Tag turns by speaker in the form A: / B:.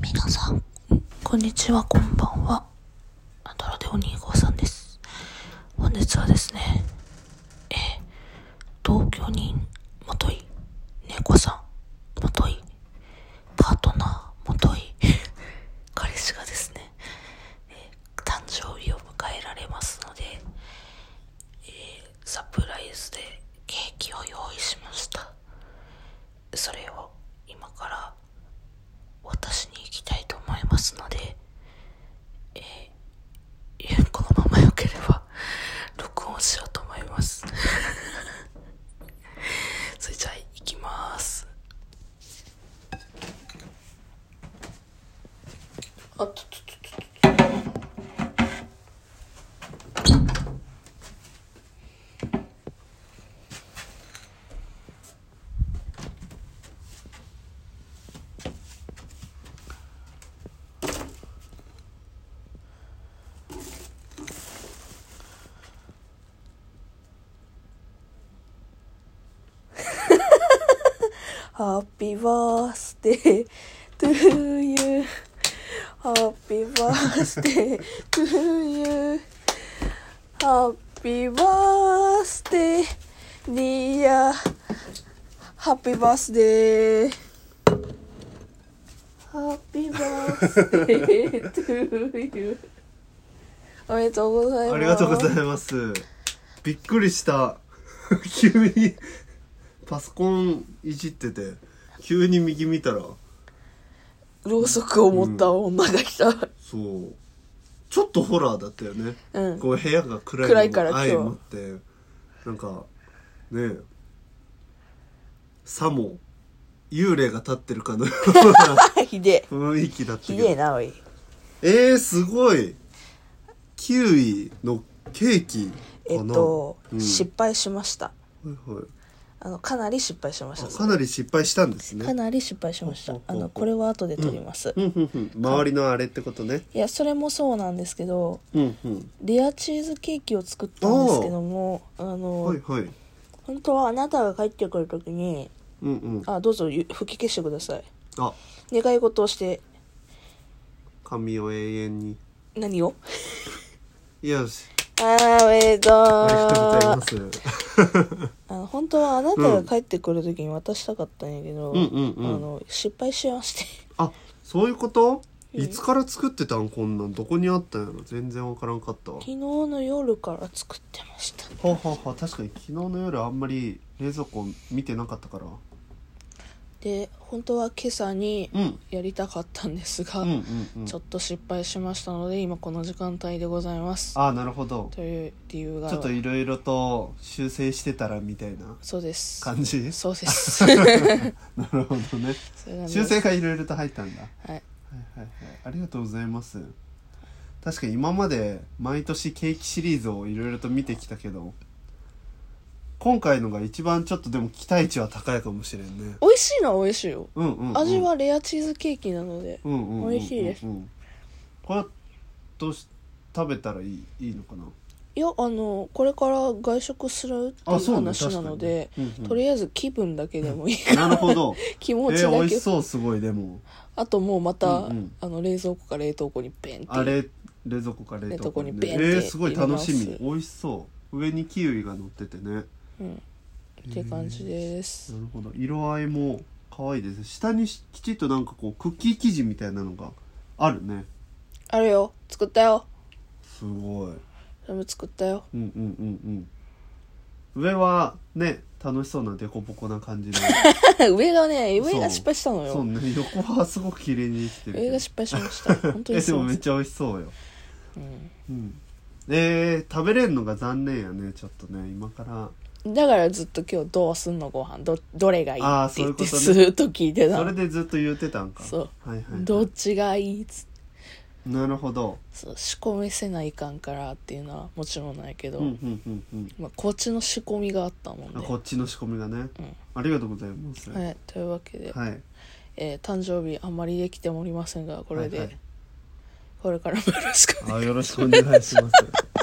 A: 皆さん、こんにちは、こんばんは。アトラでお2号さんです。本日はですね、えー、同居人、もとい、猫さん、もとい、パートナー、もとい、 彼氏がですね、えー誕生日を迎えられますので、えーサプライズでケーキを用意しました。それを今から渡しに行きたいと思いますので、えー、このまま良ければ、 録音しようと思います。 それじゃあ、行きます。あ、ちょ、ちょ、ちょ、ちょ。ハッピーバースデー、トゥーユー。ハッピーバースデー、トゥーユー。ハッピーバースデー、ニーヤー。ハッピーバースデー。ハッピーバースデー、トゥーユー。おめでとうございます。
B: ありがとうございます。びっくりした。 急にパソコンいじってて、急に右見たら、
A: ろうそくを持った女が来た、
B: そう、ちょっとホラーだったよね。
A: うん
B: こう部屋が暗い
A: 暗いから今日
B: 相まって、なんか、ねえ、さも幽霊が立ってるかのような
A: ひでえ
B: 雰囲気だった
A: ひ
B: け
A: でえ
B: ど。
A: なおい
B: えー、すごい。キウイのケーキかな
A: えっと、
B: うん
A: 失敗しました
B: はいはい
A: あのかなり失敗しまし
B: あ
A: た
B: かなり失敗したんですね。
A: かなり失敗しました
B: ほう
A: あ
B: ほうほう
A: のこれは後で撮ります、
B: うんうんうん周りのあれってことね。
A: いやそれもそうなんですけど
B: うんうん。
A: レアチーズケーキを作ったんですけどもあの、
B: はいはい。
A: 本当はあなたが帰ってくる時に
B: うんうん。
A: あどうぞゆ吹き消してください
B: あ、
A: 願い事をして
B: 髪を永遠に。
A: 何 を
B: よし。
A: あーおめでとう
B: ありがとうござい
A: あ
B: ます。
A: の本当はあなたが帰ってくる時に渡したかったんやけど、
B: うんうんうん
A: あの失敗しまして
B: あ、そういうこといつから作ってたんこんなん。どこにあったんやろ全然わからんかったわ。
A: 昨日の夜から作ってました
B: ははは確かに昨日の夜あんまり冷蔵庫見てなかったから。
A: で本当は今朝に
B: うん。
A: やりたかったんですが、
B: うんうんうん
A: ちょ。っと失敗しましたので今この時間帯でございます
B: あ、なるほど。
A: という理由が
B: ちょっといろいろと修正してたらみたいな
A: そうです
B: 感じ
A: そうです そういう
B: なるほどね。
A: 感じで
B: 修
A: す
B: 正がいろいろと入ったんだ。
A: はい
B: はいはいはい、ありがとうございます確かに今まで毎年ケーキシリーズをいろいろと見てきたけど今回のが一番ちょっとでも期待値は高いかもしれんね
A: 美味しいのは美味しいよ、
B: うんうん、うん、
A: 味はレアチーズケーキなので
B: うんうんうんうん
A: 美味しいです
B: これどうし食べたらいいいいのかない
A: やあのこれから外食するってい
B: あ
A: う
B: そうね
A: 話なので、
B: 確かにねうんうん
A: とりあえず気分だけでもいいか
B: なるほど
A: 気
B: え
A: 持ちだ
B: ー、美
A: け、
B: 味しそうすごいでも
A: あともうまた、
B: うんうん
A: あの冷蔵庫か冷凍庫にベンって
B: あれ冷蔵庫か冷凍庫
A: 冷
B: ね
A: 凍庫にベンって
B: えー、すごい楽し
A: 入れ
B: み
A: ます
B: 美味しそう上にキウイが乗っててね
A: うんって感じです、
B: なるほど色合いも可愛いです下にしきちっとなんかこうクッキー生地みたいなのがあるね
A: あるよ作ったよ
B: すごい
A: それも作ったよ
B: うんうんうんうん上はね楽しそうなデコボコな感じの
A: 上がね
B: そう
A: 上が失敗したの
B: そ
A: よ
B: うね横はすごく綺麗にできてるけ
A: 上
B: ど
A: が失敗しま した本当に
B: え
A: す
B: で
A: い
B: も
A: ま
B: め
A: せ
B: っ
A: ん
B: ちゃ美味しそうよ
A: うん
B: うんえー、食べれんのが残念やねちょっとね今から
A: だからずっと今日どうすんのご飯どどれがいい
B: あー
A: って言って
B: そう
A: ず
B: いう
A: ーっと聞いてた
B: そ
A: の
B: れでずっと言ってたんか
A: そう
B: はいはいはい
A: どっちがいいっつって
B: なるほど
A: そう仕込みせないかんからっていうのはもちろんないけど、
B: うんうんうんうん
A: まあ、こっちの仕込みがあったもん
B: あ
A: で
B: こっちの仕込みがね、ありがとうございます
A: はい、というわけで、
B: はい
A: えー誕生日あんまりできておりませんがこれで、
B: はいはい
A: これからもよろしくお願いします
B: あよろしくお願いします。